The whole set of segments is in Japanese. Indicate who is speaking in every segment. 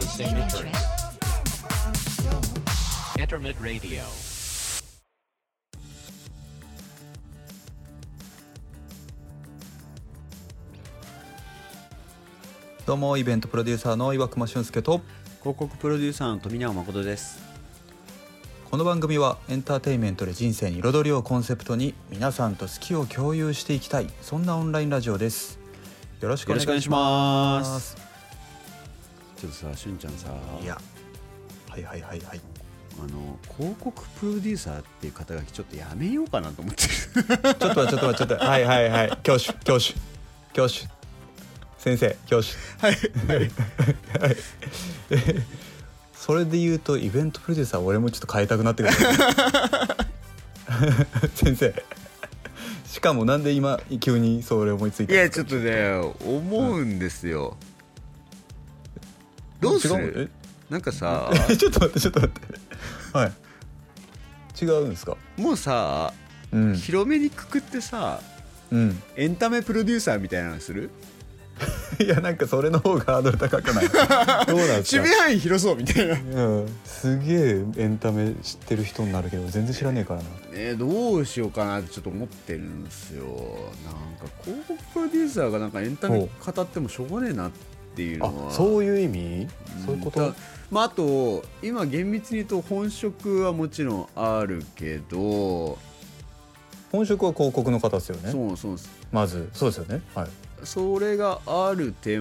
Speaker 1: signature. Internet Radio.
Speaker 2: どうもイベントプロデューサーの岩隈俊介と
Speaker 3: 広告プロデューサーの富永誠です
Speaker 2: この番組はエンターテインメントで人生に彩りをコンセプトに皆さんと好きを共有していきたいそんなオンラインラジオですよろしくお願いします
Speaker 3: ますちょっとさしゅんちゃんさ
Speaker 2: いやはいはいはいはい
Speaker 3: あの広告プロデューサーっていう肩書きちょっとやめようかなと思って
Speaker 2: ちょっと待ってちょっと待ってちょっと待ってはいはいはい教師教師教師先生教師はいそれで言うとイベントプロデューサー俺もちょっと変えたくなってくる先生しかもなんで今急にそれ思いつい
Speaker 3: る
Speaker 2: た
Speaker 3: ちょっとね思うんですよ、
Speaker 2: 違う
Speaker 3: なんかさ
Speaker 2: え ちょっと待ってちょっと待ってはい違うんですか
Speaker 3: もうさ
Speaker 2: うん
Speaker 3: 広めにくくってさ
Speaker 2: うん
Speaker 3: エンタメプロデューサーみたいなのする
Speaker 2: いやなんかそれの方がハードル高くないどうなんです
Speaker 3: 守
Speaker 2: か
Speaker 3: 備範囲広そうみたいなね
Speaker 2: うん、すげえエンタメ知ってる人になるけど全然知らねえからな
Speaker 3: えどうしようかなってちょっと思ってるんですよなんか広告プロデューサーがなんかエンタメ語ってもしょうがねえなっていうのは
Speaker 2: あそういう意味
Speaker 3: ん
Speaker 2: そういうこ
Speaker 3: だ
Speaker 2: と
Speaker 3: まあ、あと今厳密に言うと本職はもちろんあるけど、
Speaker 2: 本職は広告の方ですよね
Speaker 3: そうそうです
Speaker 2: まずそうですよねはい
Speaker 3: それがある手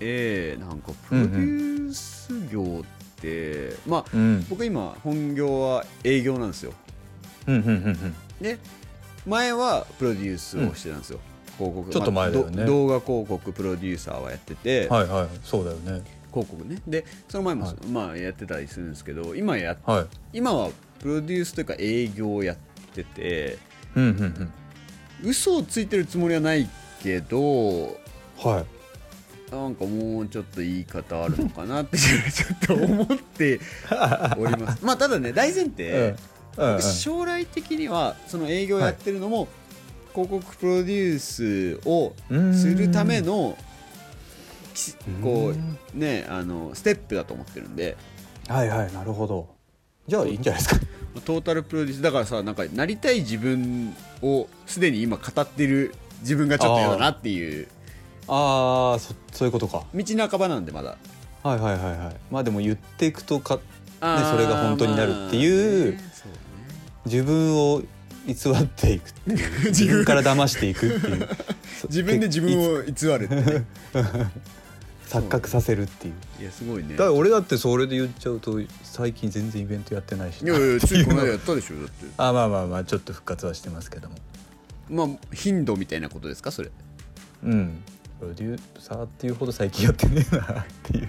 Speaker 3: 前なんかプロデュース業って、まあ
Speaker 2: うん
Speaker 3: 僕今本業は営業なんですよ
Speaker 2: うんうんうん
Speaker 3: ね前はプロデュースをしてたんですよ、広告
Speaker 2: ちょっと前だよね
Speaker 3: まあど動画広告プロデューサーはやってて、
Speaker 2: うんはいはいそうだよね
Speaker 3: 広告ねでその前も、
Speaker 2: はい
Speaker 3: まあやってたりするんですけど今や
Speaker 2: はい
Speaker 3: 今はプロデュースというか営業をやってて
Speaker 2: うんうんうん
Speaker 3: 嘘をついてるつもりはないけど
Speaker 2: はい
Speaker 3: なんかもうちょっと言い方あるのかなってちょっと思 っておりますまあただね大前提、
Speaker 2: うんうん
Speaker 3: 将来的にはその営業やってるのも、広告プロデュースを
Speaker 2: うん
Speaker 3: するためのきこ
Speaker 2: うん
Speaker 3: うねあのステップだと思ってるんで
Speaker 2: はいはいなるほどじゃあいいんじゃないですか
Speaker 3: トータルプロデュースだからさなんかなりたい自分をすでに今語ってる自分がちょっと嫌だなっていう
Speaker 2: ああそそういうことか
Speaker 3: 道半ばなんでまだ
Speaker 2: はいはいはいはいまあでも言っていくとか
Speaker 3: あー
Speaker 2: それが本当になるっていう
Speaker 3: まあねそうね
Speaker 2: 自分を偽っていくっていう 自分から騙していくっていう
Speaker 3: 自分で自分を偽るってね
Speaker 2: 錯覚させるっていう
Speaker 3: いやすごいね
Speaker 2: だから俺だってそれで言っちゃうと最近全然イベントやってないし
Speaker 3: いやいやついこの間やったでしょだって
Speaker 2: あまあまあまあちょっと復活はしてますけども
Speaker 3: まあ頻度みたいなことですかそれ
Speaker 2: うんプロデューサーっていうほど最近やってねえなっていう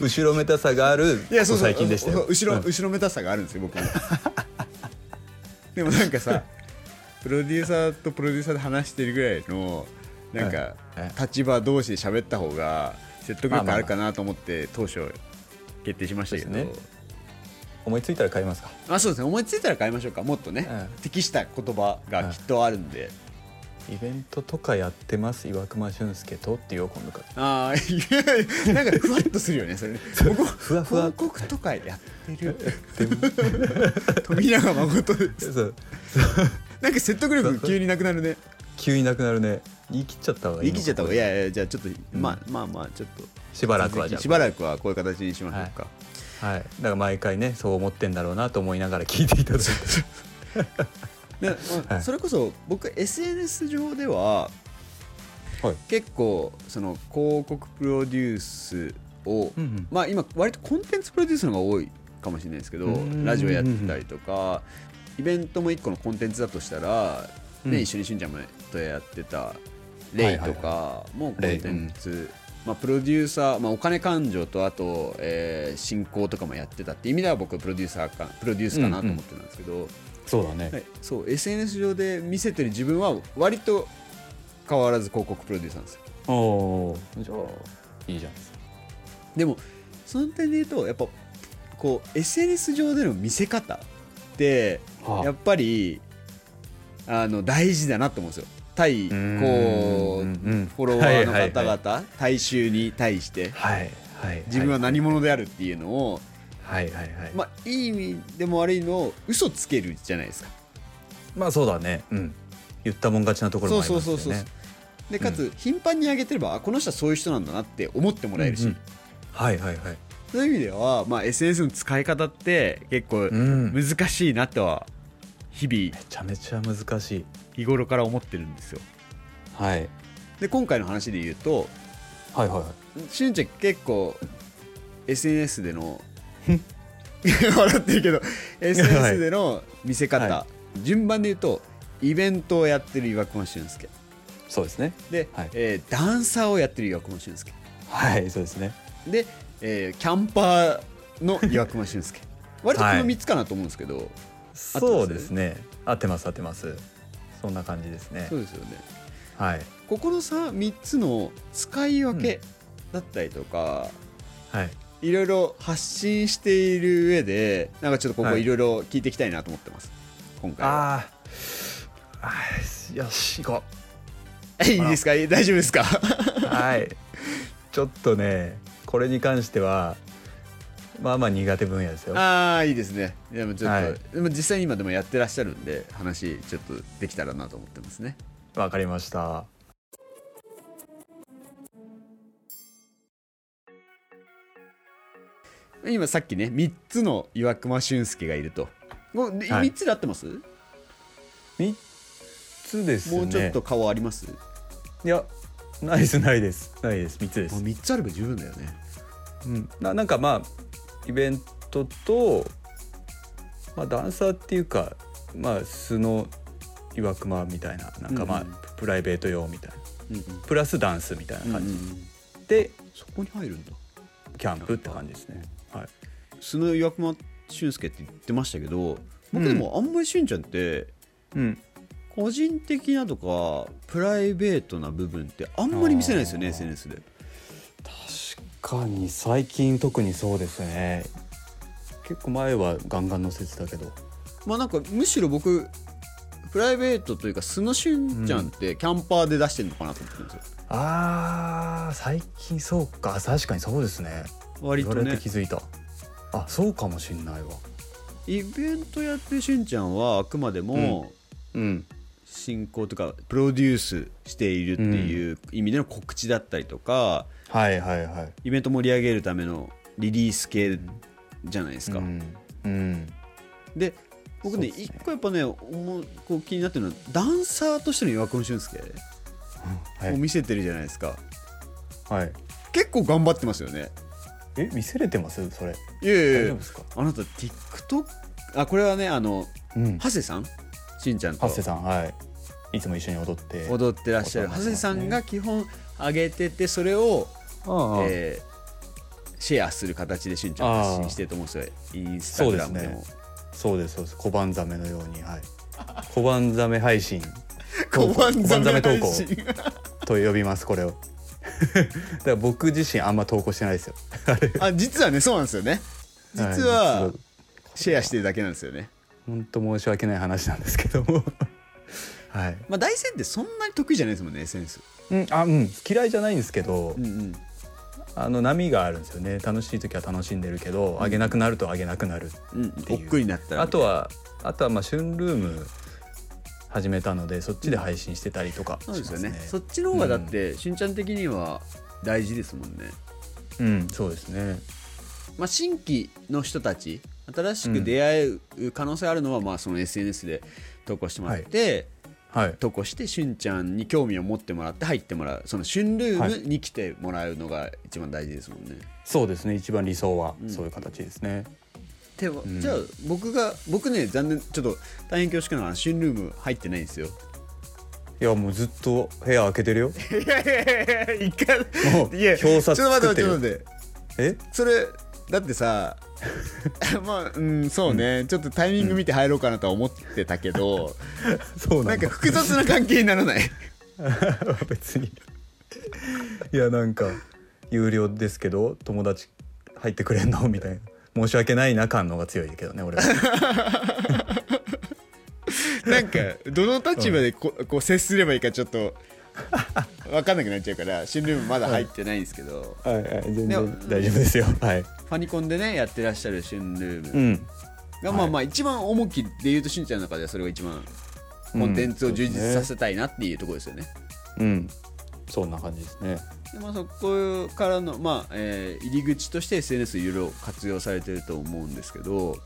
Speaker 2: 後ろめたさがある最近でしたよ
Speaker 3: 後ろ
Speaker 2: うん
Speaker 3: 後ろめたさがあるんですよ僕も でもなんかさプロデューサーとプロデューサーで話してるぐらいのなんか
Speaker 2: うんうん
Speaker 3: 立場同士で喋った方が説得力あるかなと思って当初決定しましたけど
Speaker 2: そうですね思いついたら買いますか
Speaker 3: あそうですね思いついたら変えましょうかもっとね、
Speaker 2: うん
Speaker 3: 適した言葉がきっとあるんで、
Speaker 2: イベントとかやってます岩隈俊介とっていう今度から
Speaker 3: ああいや なんかふわっとするよねそれね僕は
Speaker 2: ふわふわ
Speaker 3: 広告とかやって る富永誠です
Speaker 2: そう
Speaker 3: なんか説得力急になくなるね
Speaker 2: 急になくなるね言い切っちゃった方がいい
Speaker 3: 言い
Speaker 2: の
Speaker 3: 切っちゃった方がいやいやじゃあちょっと、まあまあまあちょっと
Speaker 2: しばらくはじゃあ
Speaker 3: しばらくはこういう形にしましょうか、
Speaker 2: はい、だから毎回ねそう思ってんだろうなと思いながら聞いてい ただいて
Speaker 3: でまあ
Speaker 2: はい
Speaker 3: それこそ僕 SNS 上では
Speaker 2: はい
Speaker 3: 結構その広告プロデュース
Speaker 2: う
Speaker 3: を、
Speaker 2: んうん
Speaker 3: まあ今割とコンテンツプロデュースの方が多いかもしれないですけど
Speaker 2: うん
Speaker 3: ラジオやったりとかイベントも一個のコンテンツだとしたら、ね
Speaker 2: うん
Speaker 3: 一緒にしゅんちゃんもとやってたレイとかもコンテンツ、まあ、プロデューサー、まあ、お金勘定とあと、えー進行とかもやってたって意味では僕はプロデューサーかプロデュースかなと思ってたんですけど、
Speaker 2: そうだね、
Speaker 3: はい、そう SNS 上で見せてる自分は割と変わらず広告プロデューサーなんですよ
Speaker 2: おおじゃあいいじゃん
Speaker 3: でもその点で言うとやっぱこう SNS 上での見せ方って
Speaker 2: はあ
Speaker 3: やっぱりあの大事だなと思うんですよ対
Speaker 2: ーん
Speaker 3: こう
Speaker 2: うんうん
Speaker 3: フォロワーの
Speaker 2: はいはい
Speaker 3: 方
Speaker 2: は
Speaker 3: 々大衆に対して
Speaker 2: はいはい
Speaker 3: 自分は何者であるっていうのを、
Speaker 2: はいはいはいま
Speaker 3: まあ、いい意味でも悪いのを嘘つけるじゃないですか。
Speaker 2: まあそうだねうん言ったもん勝ちなところもありますよね
Speaker 3: そうそうそうそうでかつ頻繁に上げてればあこの人はそういう人なんだなって思ってもらえるし、
Speaker 2: うんうんはいはいはい
Speaker 3: そういう意味では、まあ、SNS の使い方って結構
Speaker 2: うんめ
Speaker 3: 難しいなとは日々
Speaker 2: ちゃめちゃ難しい
Speaker 3: 日頃から思ってるんですよ
Speaker 2: はい
Speaker 3: で今回の話で言うと
Speaker 2: はいはいはい
Speaker 3: しゅんちゃん結構 SNS での笑ってるけど SNS での見せ方、
Speaker 2: は
Speaker 3: 順番で言うとイベントをやってる岩隈俊介
Speaker 2: そうですね
Speaker 3: で、
Speaker 2: はい
Speaker 3: えーダンサーをやってる岩隈俊介
Speaker 2: はいそうですね
Speaker 3: で、えーキャンパーの岩隈俊 介割とこ
Speaker 2: は
Speaker 3: の
Speaker 2: い
Speaker 3: 3つかなと思うんですけど、
Speaker 2: そうですね合ってます合ってますそんな感じですね
Speaker 3: そうですよね
Speaker 2: はい
Speaker 3: ここのさ3つの使い分けだったりとか、
Speaker 2: はい
Speaker 3: いろいろ発信している上でなんかちょっとここ
Speaker 2: はい
Speaker 3: いろいろ聞いていきたいなと思ってます、今回は
Speaker 2: あーあーよし行こ
Speaker 3: いいですか大丈夫ですか
Speaker 2: うはいちょっとねこれに関してはまあまあ苦手分野ですよ
Speaker 3: ああいいですねでもちょっと、
Speaker 2: はい
Speaker 3: でも実際に今でもやってらっしゃるんで話ちょっとできたらなと思ってますね
Speaker 2: わかりました
Speaker 3: 今さっきね3つの岩隈俊介がいるとこれで
Speaker 2: はい
Speaker 3: 3つで合ってます、
Speaker 2: 3つですね
Speaker 3: もうちょっと顔あります、
Speaker 2: いやないですないですないです3つです、
Speaker 3: 3つあれば十分だよね
Speaker 2: うん、ななんかまあイベントと、まあ、ダンサーっていうか、まあ、素の岩隈みたいななんかまあ、
Speaker 3: うんうん
Speaker 2: プライベート用みたいな
Speaker 3: うん
Speaker 2: プラスダンスみたいな
Speaker 3: うん、
Speaker 2: 感
Speaker 3: う
Speaker 2: じ、
Speaker 3: ん、
Speaker 2: で
Speaker 3: そこに入るんだ
Speaker 2: キャンプって感じですね、はい、
Speaker 3: 素の岩隈俊介って言ってましたけど僕でもあんまり俊ちゃんって
Speaker 2: うん
Speaker 3: 個人的なとかプライベートな部分ってあんまり見せないですよね
Speaker 2: あー
Speaker 3: SNS で
Speaker 2: 確かに最近特にそうですね結構前はガンガン載せてたけど
Speaker 3: まあなんかむしろ僕プライベートというか素の俊ちゃんってキャンパーで出してるのかなと思ってるんですよ、
Speaker 2: あー最近そうか確かにそうですね
Speaker 3: 割
Speaker 2: 言わ
Speaker 3: と
Speaker 2: れて
Speaker 3: ね
Speaker 2: 気づいたあそうかもしんないわ
Speaker 3: イベントやってる俊ちゃんはあくまでも
Speaker 2: うん
Speaker 3: 進行とかプロデュースしているっていう意味での告知だったりとか、
Speaker 2: はいはいはい
Speaker 3: イベント盛り上げるためのリリース系じゃないですか、
Speaker 2: うん、うん、
Speaker 3: で僕ね
Speaker 2: そうっす
Speaker 3: 一
Speaker 2: ね
Speaker 3: 個やっぱね思うこう気になってるのはダンサーとしての岩隈俊介
Speaker 2: は
Speaker 3: を
Speaker 2: い、
Speaker 3: 見せてるじゃないですか、
Speaker 2: はい、
Speaker 3: 結構頑張ってますよね
Speaker 2: え見せれてますそれ
Speaker 3: いやい
Speaker 2: 大
Speaker 3: やい
Speaker 2: 丈
Speaker 3: や
Speaker 2: 夫ですか
Speaker 3: あなた TikTok あこれはねあの
Speaker 2: うん
Speaker 3: 長谷さんしんちゃんと
Speaker 2: ハッセさんはいいつも一緒に踊って
Speaker 3: 踊ってらっしゃる
Speaker 2: 踊
Speaker 3: 長
Speaker 2: ってますね
Speaker 3: 谷さんが基本上げててそれを、
Speaker 2: ああ
Speaker 3: えーシェアする形でしんちゃんが発信してると思う んですよインスタグラム
Speaker 2: そ
Speaker 3: で
Speaker 2: う
Speaker 3: も
Speaker 2: ですそうですそうです小判ザメのようにはい小判ザメ配信投稿小判ザメ投稿と呼びますこれを だから僕自身あんま投稿してないですよあれ
Speaker 3: あ実はねそうなんですよね実
Speaker 2: は
Speaker 3: はいシェアしてるだけなんですよね
Speaker 2: 本当申し訳ない話なんですけども はい、
Speaker 3: まあ大戦ってそんなに得意じゃないですもんね SNS
Speaker 2: うんあうん、嫌いじゃないんですけど、
Speaker 3: うんうん
Speaker 2: あの波があるんですよね楽しい時は楽しんでるけど上げなくなると上げなくなる、
Speaker 3: うん
Speaker 2: て
Speaker 3: お
Speaker 2: い
Speaker 3: っ
Speaker 2: う
Speaker 3: くになったら
Speaker 2: あとはあとはまあシュンルーム始めたのでそっちで配信してたりとかし
Speaker 3: そ
Speaker 2: ま
Speaker 3: う
Speaker 2: すね
Speaker 3: ですよねそっちの方がだって、しんちゃん的には大事ですもんね、
Speaker 2: うんそうですね
Speaker 3: まあ、新規の人たち新しく出会える可能性あるのは、まあ、その SNS で投稿してもらって、
Speaker 2: はい
Speaker 3: 投稿してしゅんちゃんに興味を持ってもらって入ってもらうそのしゅんル
Speaker 2: は
Speaker 3: ーム
Speaker 2: い
Speaker 3: に来てもらうのが一番大事ですもんね、
Speaker 2: そうですね一番理想は
Speaker 3: うん
Speaker 2: そういう形ですね、
Speaker 3: でもじゃあ僕が僕ね残念ちょっと大変恐縮なのはしゅんルーム入ってないんですよ
Speaker 2: いやもうずっと部屋開けてるよ
Speaker 3: いやいやいやいや一回
Speaker 2: もう表札
Speaker 3: ちょっと
Speaker 2: 作
Speaker 3: 待
Speaker 2: っ
Speaker 3: って
Speaker 2: て
Speaker 3: ちょっと
Speaker 2: る
Speaker 3: 待って
Speaker 2: え
Speaker 3: それだってさ まあうんそうね、ちょっとタイミング見て入ろうかなとは思ってたけど、
Speaker 2: そう
Speaker 3: な
Speaker 2: なんん
Speaker 3: か複雑な関係にならない
Speaker 2: 別にいやなんか有料ですけど友達入ってくれんのみたいな申し訳ないな感の方が強いけどね俺は
Speaker 3: なんかどの立場でここう接すればいいかちょっと分かんなくなっちゃうから新ルームまだ入ってないんですけど、
Speaker 2: はいはい全
Speaker 3: でも
Speaker 2: 然大丈夫ですよはい
Speaker 3: ファニコンでねやってらっしゃる新ルー
Speaker 2: う
Speaker 3: ム
Speaker 2: ん
Speaker 3: が、まあまあ一番重きで言うとしんちゃんの中ではそれが一番コンテンツを充実させたいなっていうところですよね。
Speaker 2: うんそんな感じですね
Speaker 3: でまあ、そこからの、まあえー入り口として SNS いろいろ活用されてると思うんですけど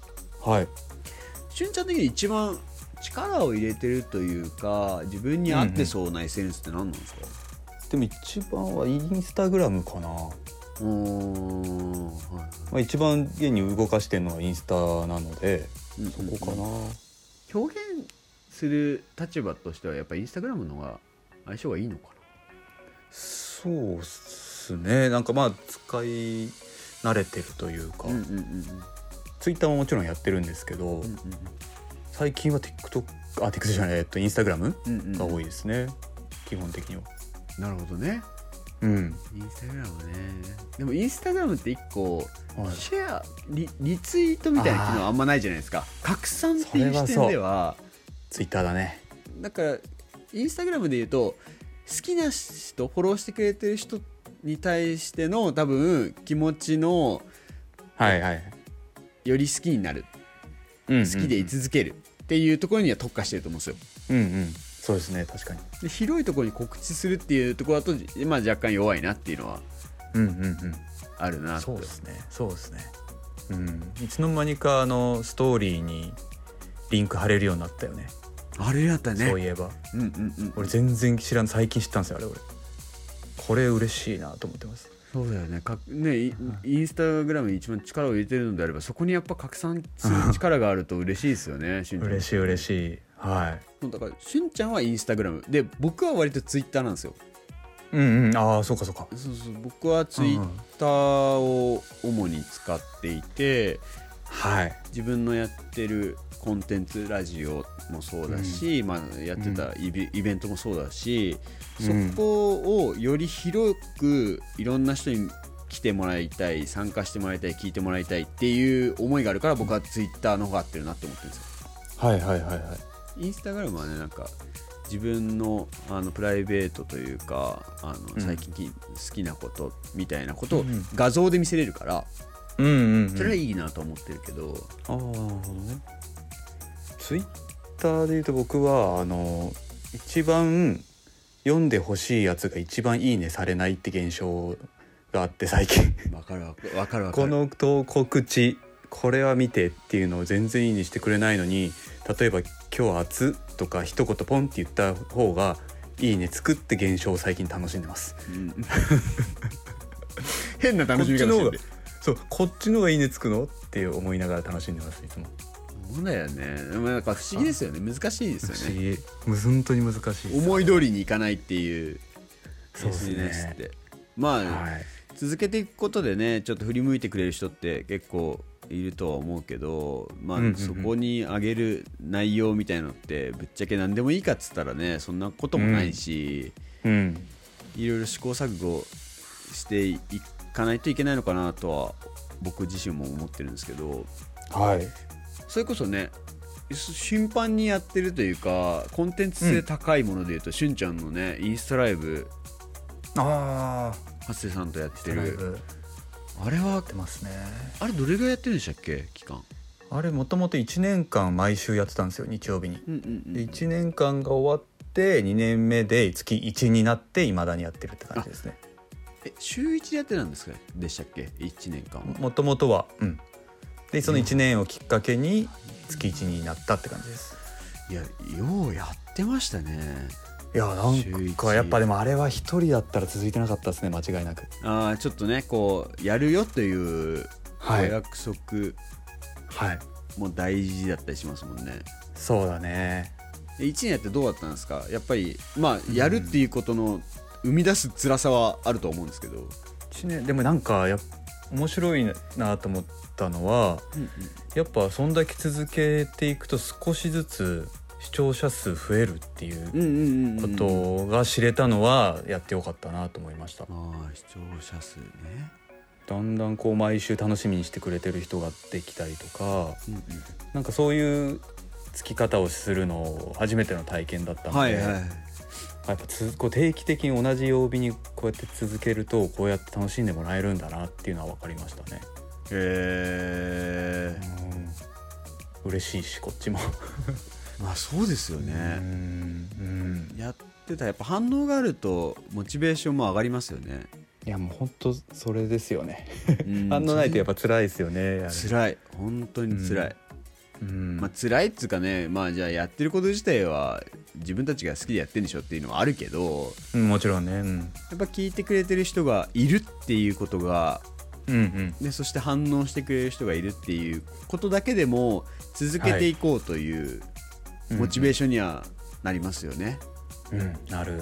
Speaker 2: はい
Speaker 3: しゅんちゃん的に一番力を入れてるというか自分に合ってそうな SNS って何なんですか
Speaker 2: でも一番はインスタグラムかな、ま
Speaker 3: うーんはい
Speaker 2: あ、一番現に動かしてるのはインスタなので
Speaker 3: うん
Speaker 2: そこかな、
Speaker 3: 表現する立場としてはやっぱインスタグラムの方が相性がいいのか
Speaker 2: そうっすねなんかまあ使い慣れてるというか、
Speaker 3: なうんうんうんうん
Speaker 2: ツイッターももちろんやってるんですけど、
Speaker 3: うん
Speaker 2: 最近は TikTok あ TikTok じゃないえっとインスタグラム
Speaker 3: うんうん
Speaker 2: が多いですね、基本的には
Speaker 3: なるほどね
Speaker 2: うん
Speaker 3: インスタグラムねでもインスタグラムって一個
Speaker 2: はい
Speaker 3: シェアリリツイートみたいな機能あんまないじゃないですか拡散っていう視
Speaker 2: それはそ
Speaker 3: 点
Speaker 2: う
Speaker 3: では
Speaker 2: ツイッターだね
Speaker 3: だからインスタグラムで言うと好きな人フォローしてくれてる人に対しての多分気持ちの
Speaker 2: はいはい、
Speaker 3: より好きになる
Speaker 2: うんうんうん
Speaker 3: 好きでい続けるっていうところには特化してると思うんですよ
Speaker 2: うんうんそうですね確かに
Speaker 3: で広いところに告知するっていうところだと、まあ、若干弱いなっていうのは
Speaker 2: うんうんうん
Speaker 3: あるな
Speaker 2: そうですねそうですねうんいつの間にかあのストーリーにリンク貼れるようになったよね
Speaker 3: あれだったね
Speaker 2: そういえば
Speaker 3: うんうんうん
Speaker 2: 俺全然知らん最近知ったんですよあれ俺これ嬉しいなと思ってます
Speaker 3: そうだよねかねイインスタグラムに一番力を入れてるのであればそこにやっぱ拡散する力があると嬉しいですよねしゅんちゃん
Speaker 2: 嬉しい嬉しいはい
Speaker 3: だからしゅんちゃんはインスタグラムで僕は割とツイッターなんですよ
Speaker 2: うんうんああそうかそうか
Speaker 3: そうそう僕はツイッターを主に使っていて、
Speaker 2: はい
Speaker 3: 自分のやってるコンテンツラジオもそうだし、まあ、やってたイベ,、イベントもそうだ
Speaker 2: う
Speaker 3: し、
Speaker 2: ん
Speaker 3: そこをより広くいろんな人に来てもらいたい参加してもらいたい聞いてもらいたいっていう思いがあるから僕はツイッターの方が合ってるなって思ってるんですよ。
Speaker 2: はいはいはいはい
Speaker 3: インスタグラムはねなんか自分のあのプライベートというかあの
Speaker 2: ん
Speaker 3: 最近き、好きなことみたいなことを
Speaker 2: うん
Speaker 3: 画像で見せれるから、
Speaker 2: うんうん、うん、
Speaker 3: それはいいなと思ってるけど、
Speaker 2: ああなるほどねツイッターで言うと僕はあの一番読んでほしいやつが一番いいねされないって現象があって最近
Speaker 3: わかるわかるわかるわか
Speaker 2: こ
Speaker 3: る
Speaker 2: の投告知これは見てっていうのを全然いいねしてくれないのに例えば「今日暑」とか一言ポンって言った方がいいねつくって現象を最近楽しんでます
Speaker 3: うん変な楽しみ方してる
Speaker 2: そうこっちの方がいいねつくのって思いながら楽しんでますいつも
Speaker 3: そうだよねでもなんか不思議ですよね難しいですよね
Speaker 2: 議む本当に難しい
Speaker 3: 思い通りにいかないっていう
Speaker 2: そうですね
Speaker 3: SNS ってまあ、
Speaker 2: はい
Speaker 3: 続けていくことでねちょっと振り向いてくれる人って結構いるとは思うけど、まあ
Speaker 2: うんうんうん
Speaker 3: そこにあげる内容みたいのってぶっちゃけ何でもいいかっつったらねそんなこともないし、
Speaker 2: うん
Speaker 3: いろいろ試行錯誤していかないといけないのかなとは僕自身も思ってるんですけど
Speaker 2: はい
Speaker 3: それこそね頻繁にやってるというかコンテンツ性高いものでいうと、しゅんちゃんのねインスタライブ
Speaker 2: ああ
Speaker 3: ハセさんとやって
Speaker 2: だい
Speaker 3: る
Speaker 2: ぶ
Speaker 3: あれは
Speaker 2: 出ますね
Speaker 3: あれどれぐらいやってるんでしたっけ期間
Speaker 2: あれもともと1年間毎週やってたんですよ日曜日に
Speaker 3: うんうんうん
Speaker 2: で1年間が終わって2年目で月1になっていまだにやってるって感じですね
Speaker 3: え週一でやってたんですかでしたっけ1年間は
Speaker 2: もともとはうんでその1年をきっかけに月1になったって感じです
Speaker 3: いやようやってましたね
Speaker 2: いやな
Speaker 3: 週
Speaker 2: んか
Speaker 3: 一
Speaker 2: やっぱでもあれは一人だったら続いてなかったですね間違いなく
Speaker 3: ああちょっとねこうやるよというお
Speaker 2: はい
Speaker 3: 約束
Speaker 2: はい
Speaker 3: も大事だったりしますもんね、
Speaker 2: そうだね
Speaker 3: で1年やってどうだったんですかやっぱりまあやるっていうことの生み出す辛さはあると思うんですけど、
Speaker 2: 1年でもなんかやっ面白いなと思ったのはやっぱそんだけ続けていくと少しずつ視聴者数増えるっていう
Speaker 3: うんうんうん
Speaker 2: こ
Speaker 3: う
Speaker 2: と
Speaker 3: ん
Speaker 2: が知れたのはやってよかったなと思いました、
Speaker 3: ああ視聴者数ね、
Speaker 2: だんだんこう毎週楽しみにしてくれてる人ができたりとか
Speaker 3: うんうん
Speaker 2: なんかそういうつき方をするのを初めての体験だったので、
Speaker 3: はいはい
Speaker 2: やっぱつこう定期的に同じ曜日にこうやって続けるとこうやって楽しんでもらえるんだなっていうのは分かりましたね。
Speaker 3: へえ
Speaker 2: うん、嬉しいしこっちも。
Speaker 3: まあそうですよ
Speaker 2: うん
Speaker 3: ね、
Speaker 2: うん
Speaker 3: やってたやっぱ反応があるとモチベーションも上がりますよね、
Speaker 2: いやもう本当それですよね。
Speaker 3: うん
Speaker 2: 反応ないとやっぱ辛いですよね。あれ
Speaker 3: 辛い本当に辛い、
Speaker 2: うん
Speaker 3: まあ辛いっつうかねまあじゃあやってること自体は自分たちが好きでやってんでしょっていうのはあるけど
Speaker 2: うんもちろんね。うん
Speaker 3: やっぱ聞いてくれてる人がいるっていうことが
Speaker 2: うんうん
Speaker 3: でそして反応してくれる人がいるっていうことだけでも続けていこうという
Speaker 2: うん
Speaker 3: モチベーションにはなりますよね、
Speaker 2: うん、なる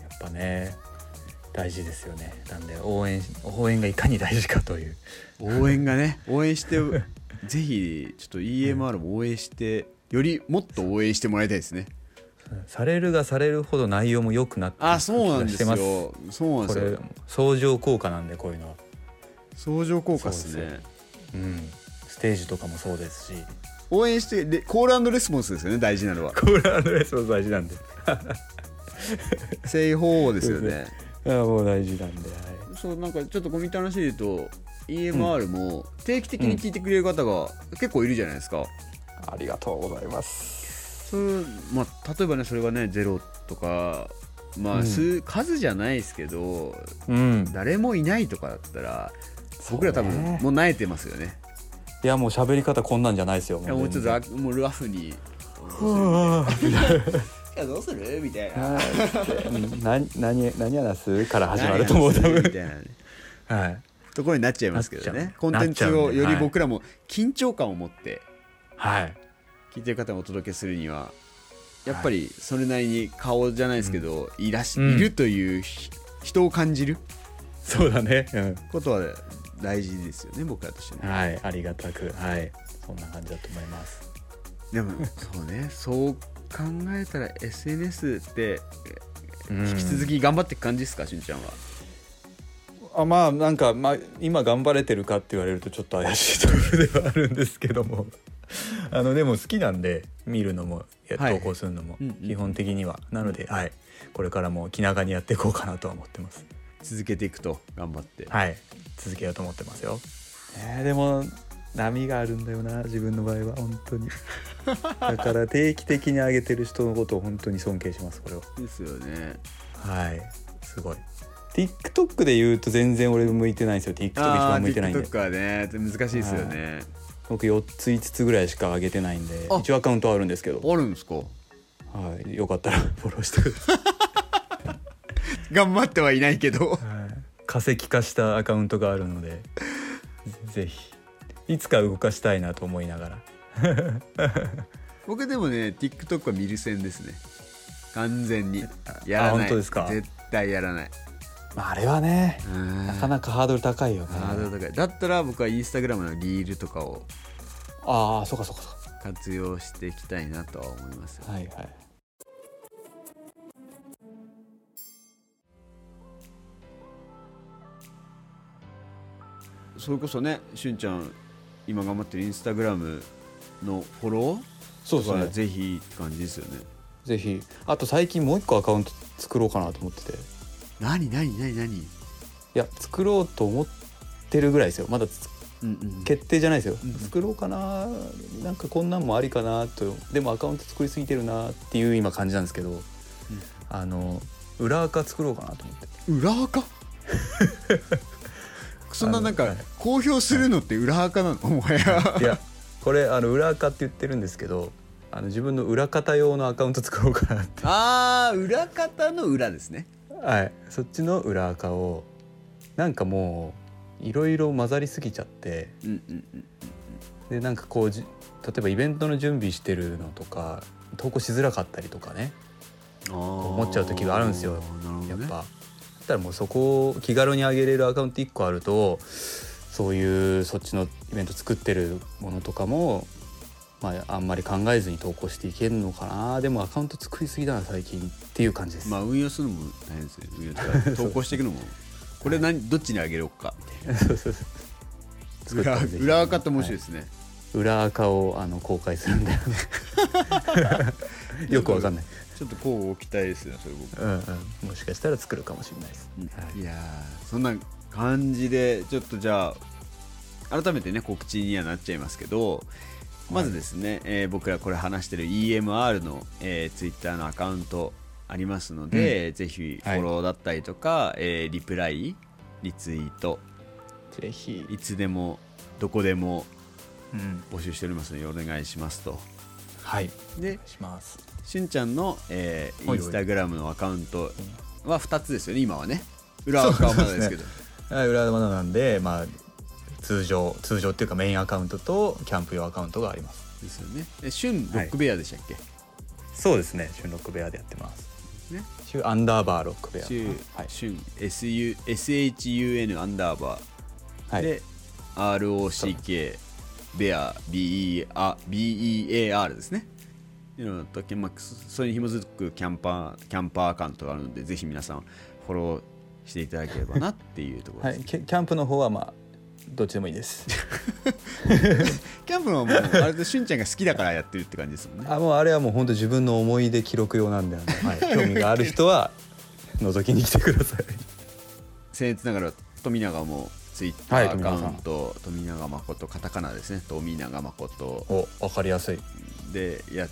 Speaker 2: やっぱね大事ですよねなんで応援応援がいかに大事かという
Speaker 3: 応援が ね応援してぜひちょっと EMR も応援してよりもっと応援してもらいたいですね
Speaker 2: うんされるがされるほど内容も良くなっていく
Speaker 3: あそうなんで
Speaker 2: 気
Speaker 3: す
Speaker 2: がして
Speaker 3: よ そうな
Speaker 2: ま
Speaker 3: んですすよ
Speaker 2: これ相乗効果なんでこういうのは、
Speaker 3: 相乗効果っす
Speaker 2: そうです
Speaker 3: ね
Speaker 2: うん、ステージとかもそうですし
Speaker 3: 応援してでコールレスポンスですよね大事なのは
Speaker 2: コーラのレスも大事なんで
Speaker 3: 正方ですよ
Speaker 2: そう
Speaker 3: ね
Speaker 2: あもう大事なんで、は
Speaker 3: そうなんかちょっとコミットの話で言うと EMR も定期的に聞いてくれる方が結構いるじゃないですか、
Speaker 2: い、ありがとうございます
Speaker 3: それまあ、例えばねそれがねゼロとか、まあ
Speaker 2: うん
Speaker 3: 数数じゃないですけど
Speaker 2: うん
Speaker 3: 誰もいないとかだったら僕ら多分
Speaker 2: そうね
Speaker 3: もう慣れてますよね
Speaker 2: いやもう喋り方こんなんじゃないですよ
Speaker 3: いやもうちょっと
Speaker 2: あ
Speaker 3: あもうラフに「いやどうする?」みたいな
Speaker 2: 何 何何話すから
Speaker 3: 「
Speaker 2: 始まると思う多
Speaker 3: 何やる
Speaker 2: 分
Speaker 3: みたいなね
Speaker 2: はい
Speaker 3: ところになっちゃいますけ
Speaker 2: なっ
Speaker 3: ど
Speaker 2: ち
Speaker 3: ね
Speaker 2: ゃう
Speaker 3: コンテンツ
Speaker 2: なっちゃう
Speaker 3: を
Speaker 2: ね
Speaker 3: よ
Speaker 2: は
Speaker 3: り
Speaker 2: い
Speaker 3: 僕らも緊張感を持って
Speaker 2: はい
Speaker 3: 聞いてる方にお届けするにはやっぱりそれなりに顔じゃないですけど、いらし、
Speaker 2: うん
Speaker 3: いるというひ人を感じる
Speaker 2: そうだね、
Speaker 3: ことは大事ですよね僕らとしてね
Speaker 2: はいありがたくはいそんな感じだと思います
Speaker 3: でもそう ねそう考えたら SNS って引
Speaker 2: 引
Speaker 3: き続き頑張っていく感じですか、しゅんちゃんは
Speaker 2: あまあなんか、まあ、今頑張れてるかって言われるとちょっと怪しいところではあるんですけど もあのでも好きなんで見るのもや
Speaker 3: はい
Speaker 2: 投稿するのも
Speaker 3: うんうん
Speaker 2: 基本的には、なので、はい、これからも気長にやっていこうかなとは思ってます
Speaker 3: 続けていくと頑張って、
Speaker 2: はい続けようと思ってますよ、えーでも波があるんだよな自分の場合は本 当にだから定期的に上げてる人のことを本当に尊敬しますこれは
Speaker 3: ですよね
Speaker 2: はいすごい TikTok で言うと全然俺向いてないんですよ TikTok 一
Speaker 3: あ
Speaker 2: 番向いてないんで
Speaker 3: TikTok はね難しいですよね
Speaker 2: 僕4つ5つぐらいしか上げてないんで
Speaker 3: あ
Speaker 2: 一応アカウントはあるんですけど、
Speaker 3: あるんですか
Speaker 2: はい、よかったら フォローしてくださ
Speaker 3: 頑張ってはいないけど
Speaker 2: い、化石化したアカウントがあるのでぜひいつか動かしたいなと思いながら
Speaker 3: 僕でもね TikTok は見る線ですね完全にやらない
Speaker 2: あ本当ですか
Speaker 3: 絶対やらない
Speaker 2: まああれはね
Speaker 3: な
Speaker 2: なかなかハードル高いよね
Speaker 3: ハードル高いだったら僕はインスタグラムのリールとかを
Speaker 2: ああそうかそうかそうか
Speaker 3: 活用していきたいなとは思いますよ
Speaker 2: はいはい
Speaker 3: それこそねしゅんちゃん今頑張ってるインスタグラムのフォロ
Speaker 2: そう
Speaker 3: ー
Speaker 2: ですね
Speaker 3: はぜひって感じですよね
Speaker 2: ぜひあと最近もう一個アカウント作ろうかなと思ってて
Speaker 3: 何何何何
Speaker 2: いや作ろうと思ってるぐらいですよまだつ
Speaker 3: うんうん
Speaker 2: 決定じゃないですよ、
Speaker 3: うん
Speaker 2: 作ろうかななんかこんなんもありかなとでもアカウント作りすぎてるなっていう今感じなんですけど、あの裏垢作ろうかなと思って
Speaker 3: 裏垢 そんななん
Speaker 2: あの
Speaker 3: か
Speaker 2: はい
Speaker 3: 公表するのって裏垢なのもはや
Speaker 2: いや これあの裏垢って言ってるんですけどあの自分の裏方用のアカウント作ろうかなって
Speaker 3: あー裏方の裏ですね
Speaker 2: はいそっちの裏垢をなんかもういろいろ混ざりすぎちゃって
Speaker 3: うんうんうん
Speaker 2: でなんかこうじ例えばイベントの準備してるのとか投稿しづらかったりとかね
Speaker 3: 思
Speaker 2: っちゃう時があるんですよ
Speaker 3: なるほど、ね、
Speaker 2: やっぱ、だったらもうそこを気軽に上げれるアカウント1個あるとそういうそっちのイベント作ってるものとかも、まあ、あんまり考えずに投稿していけるのかなでもアカウント作りすぎだな最近っていう感じです、
Speaker 3: まあ運用するのも大変ですよ運用とか投稿してい くのもこれ何どっちにあげようかみたいな
Speaker 2: そうそうそう作ったらぜひ
Speaker 3: 裏裏垢って面白いですね、
Speaker 2: は裏垢をあの公開する んだよねよくわかんない、
Speaker 3: ちょっとこう置きたいですねそれ僕、
Speaker 2: うんうん、もしかしたら作るかもしれないです、はい
Speaker 3: いやーそんな感じでちょっとじゃあ改めてね告知にはなっちゃいますけどまずですね、えー僕らこれ話してる EMR の、えー、Twitter のアカウントありますので、ぜひフォローだったりとか、えーリプライリツイート
Speaker 2: ぜひ、
Speaker 3: いつでもどこでも
Speaker 2: うん、
Speaker 3: 募集しておりますのでお願いしますと
Speaker 2: はい
Speaker 3: で
Speaker 2: します
Speaker 3: しゅんちゃんの、えー
Speaker 2: はい
Speaker 3: インスタグラムのアカウントは2つですよね今はね裏垢はまだですけど
Speaker 2: はい裏技なんでまあ通常通常っていうかメインアカウントとキャンプ用アカウントがあります
Speaker 3: ですよねえしゅんロックベアでしたっけ、
Speaker 2: そうですね旬ロック部屋でやってます
Speaker 3: ね
Speaker 2: 週アンダーバーロック部屋
Speaker 3: しゅん
Speaker 2: はい、
Speaker 3: しゅん SU SHUN アンダーバ
Speaker 2: は
Speaker 3: ー
Speaker 2: い
Speaker 3: で、ROCK ベア BEA BEAR ですねいうのとまあそれに紐づくキャンパーキャンパーアカウントがあるのでぜひ皆さんフォローしていただければなっていうところ
Speaker 2: は
Speaker 3: です、
Speaker 2: い、キャキャンプの方はまあどっちでもいいです
Speaker 3: キャンプのはもうあれとしゅんちゃんが好きだからやってるって感じですもんね
Speaker 2: あもうあれはもう本当自分の思い出記録用なんで、あ のはい、興味がある人は覗きに来てください
Speaker 3: 僭越ながら富永もツイッタ
Speaker 2: はい
Speaker 3: ーアカウント、富永誠カタカナですね富永誠
Speaker 2: お分かりやすい
Speaker 3: でやっ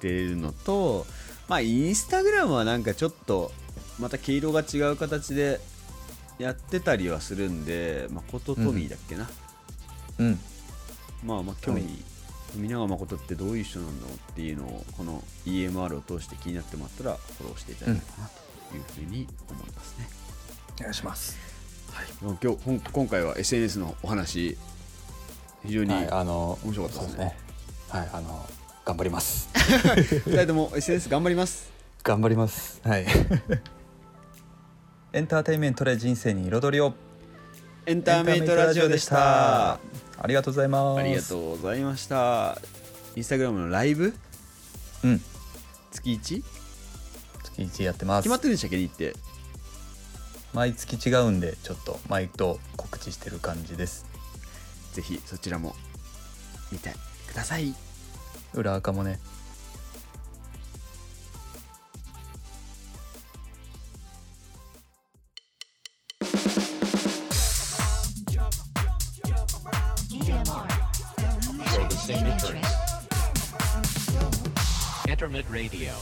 Speaker 3: てるのとまあインスタグラムはなんかちょっとまた毛色が違う形でやってたりはするんで誠トミーだっけな、
Speaker 2: うん
Speaker 3: まあまあ興味、
Speaker 2: はい
Speaker 3: 富永誠ってどういう人なんだろうっていうのをこの EMR を通して気になってもらったらフォローしていただけたらなというふうに思いますね、
Speaker 2: お願いします
Speaker 3: まあ今日ほん今回は SNS のお話非常に
Speaker 2: はいあの
Speaker 3: 面白かったです
Speaker 2: そ
Speaker 3: ね
Speaker 2: うですねはいあの頑張ります
Speaker 3: 2人とも SNS 頑張ります
Speaker 2: 頑張りますはい エンターテインメントで人生に彩りを
Speaker 3: エンターメイトラジオでした
Speaker 2: ありがとうございます
Speaker 3: ありがとうございましたインスタグラムのライブ
Speaker 2: ううん
Speaker 3: 月 1?
Speaker 2: 月1やってます
Speaker 3: 決まってるんでしたっけ日程
Speaker 2: 毎月違うんでちょっと毎度告知してる感じです
Speaker 3: ぜひそちらも見てください
Speaker 2: 裏垢もね
Speaker 1: Internet Radio.